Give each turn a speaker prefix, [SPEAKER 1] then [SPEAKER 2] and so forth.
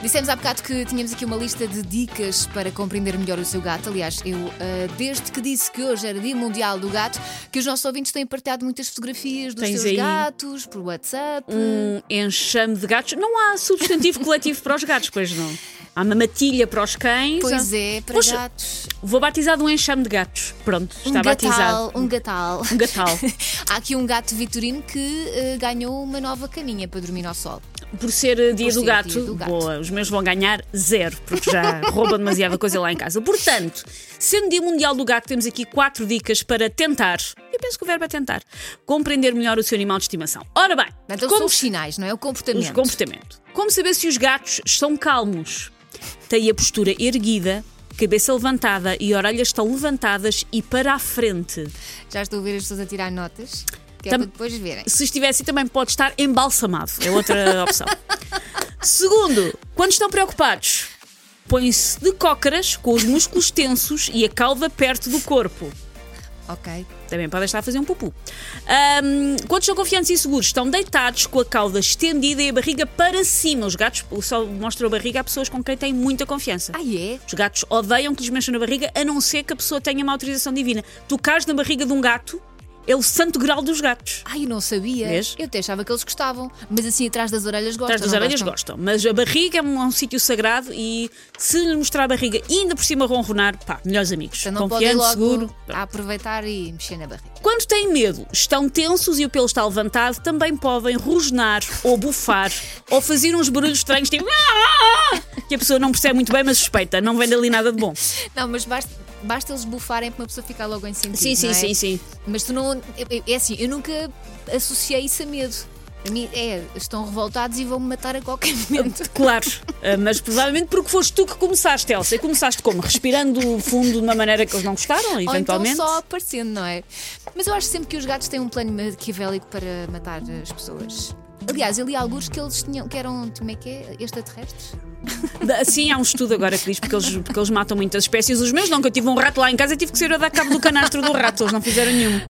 [SPEAKER 1] Dissemos há bocado que tínhamos aqui uma lista de dicas para compreender melhor o seu gato. Aliás, eu, ah, desde que disse que hoje era Dia Mundial do Gato, que os nossos ouvintes têm partilhado muitas fotografias dos
[SPEAKER 2] Tens
[SPEAKER 1] seus
[SPEAKER 2] aí
[SPEAKER 1] gatos, por WhatsApp.
[SPEAKER 2] Um enxame de gatos. Não há substantivo coletivo para os gatos, pois não. Há uma matilha para os cães.
[SPEAKER 1] Pois é, para
[SPEAKER 2] Poxa,
[SPEAKER 1] gatos.
[SPEAKER 2] Vou batizar de um enxame de gatos. Pronto, está
[SPEAKER 1] um
[SPEAKER 2] batizado.
[SPEAKER 1] gatal, um gatal.
[SPEAKER 2] Um gatal.
[SPEAKER 1] Há aqui um gato vitorino que eh, ganhou uma nova caminha para dormir ao sol.
[SPEAKER 2] Por ser eh, dia,
[SPEAKER 1] Por
[SPEAKER 2] do,
[SPEAKER 1] ser
[SPEAKER 2] gato,
[SPEAKER 1] dia do gato.
[SPEAKER 2] boa, os meus vão ganhar zero, porque já roubam demasiada coisa lá em casa. Portanto, sendo Dia Mundial do Gato, temos aqui quatro dicas para tentar, eu penso que o verbo é tentar, compreender melhor o seu animal de estimação. Ora bem,
[SPEAKER 1] Portanto,
[SPEAKER 2] como
[SPEAKER 1] são os sinais, não é? O comportamento.
[SPEAKER 2] Os comportamento. Como saber se os gatos são calmos? Têm a postura erguida, cabeça levantada e orelhas estão levantadas e para a frente.
[SPEAKER 1] Já estou a ver as pessoas a tirar notas, que é
[SPEAKER 2] Tam-
[SPEAKER 1] para depois verem.
[SPEAKER 2] Se estivesse também pode estar embalsamado, é outra opção. Segundo, quando estão preocupados, põem-se de cócaras com os músculos tensos e a cauda perto do corpo.
[SPEAKER 1] Ok.
[SPEAKER 2] Também podem estar a fazer um pupu. Ahm, quando estão confiantes e seguros, estão deitados com a cauda estendida e a barriga para cima. Os gatos só mostram a barriga a pessoas com quem têm muita confiança.
[SPEAKER 1] Ah, é?
[SPEAKER 2] Os gatos odeiam que lhes mexam na barriga, a não ser que a pessoa tenha uma autorização divina. Tocares na barriga de um gato é o santo grau dos gatos.
[SPEAKER 1] Ai, eu não sabia.
[SPEAKER 2] Vês?
[SPEAKER 1] Eu até achava que eles gostavam. Mas assim, atrás das orelhas gostam.
[SPEAKER 2] Atrás das
[SPEAKER 1] não
[SPEAKER 2] orelhas
[SPEAKER 1] gostam?
[SPEAKER 2] gostam, mas a barriga é um, é um sítio sagrado e se lhe mostrar a barriga e ainda por cima ronronar, pá, melhores amigos.
[SPEAKER 1] Então não podem
[SPEAKER 2] Confiante,
[SPEAKER 1] logo
[SPEAKER 2] seguro.
[SPEAKER 1] a aproveitar e mexer na barriga.
[SPEAKER 2] Quando têm medo, estão tensos e o pelo está levantado, também podem rosnar ou bufar ou fazer uns barulhos estranhos, tipo. que a pessoa não percebe muito bem, mas suspeita, não vem dali nada de bom.
[SPEAKER 1] Não, mas basta, basta eles bufarem para uma pessoa ficar logo em sentido.
[SPEAKER 2] Sim, sim,
[SPEAKER 1] não é?
[SPEAKER 2] sim, sim.
[SPEAKER 1] Mas tu não. é- É assim, eu nunca associei isso a medo. A mim é, estão revoltados e vão-me matar a qualquer momento.
[SPEAKER 2] Claro, eh, mas provavelmente porque foste tu que começaste, Elsa. E começaste como? Respirando fundo de uma maneira que eles não gostaram,
[SPEAKER 1] Ou então
[SPEAKER 2] eventualmente.
[SPEAKER 1] só aparecendo, não é? Mas eu acho sempre que os gatos têm um plano maquiavélico para matar as pessoas. Aliás, eu li alguns que eles tinham, que eram, como é que é? Extraterrestres?
[SPEAKER 2] Da- Sim, há um estudo agora que diz porque eles, porque eles matam muitas espécies. Os meus não, que eu tive um rato lá em casa e tive que ser eu dar cabo do canastro do rato, eles não fizeram nenhum.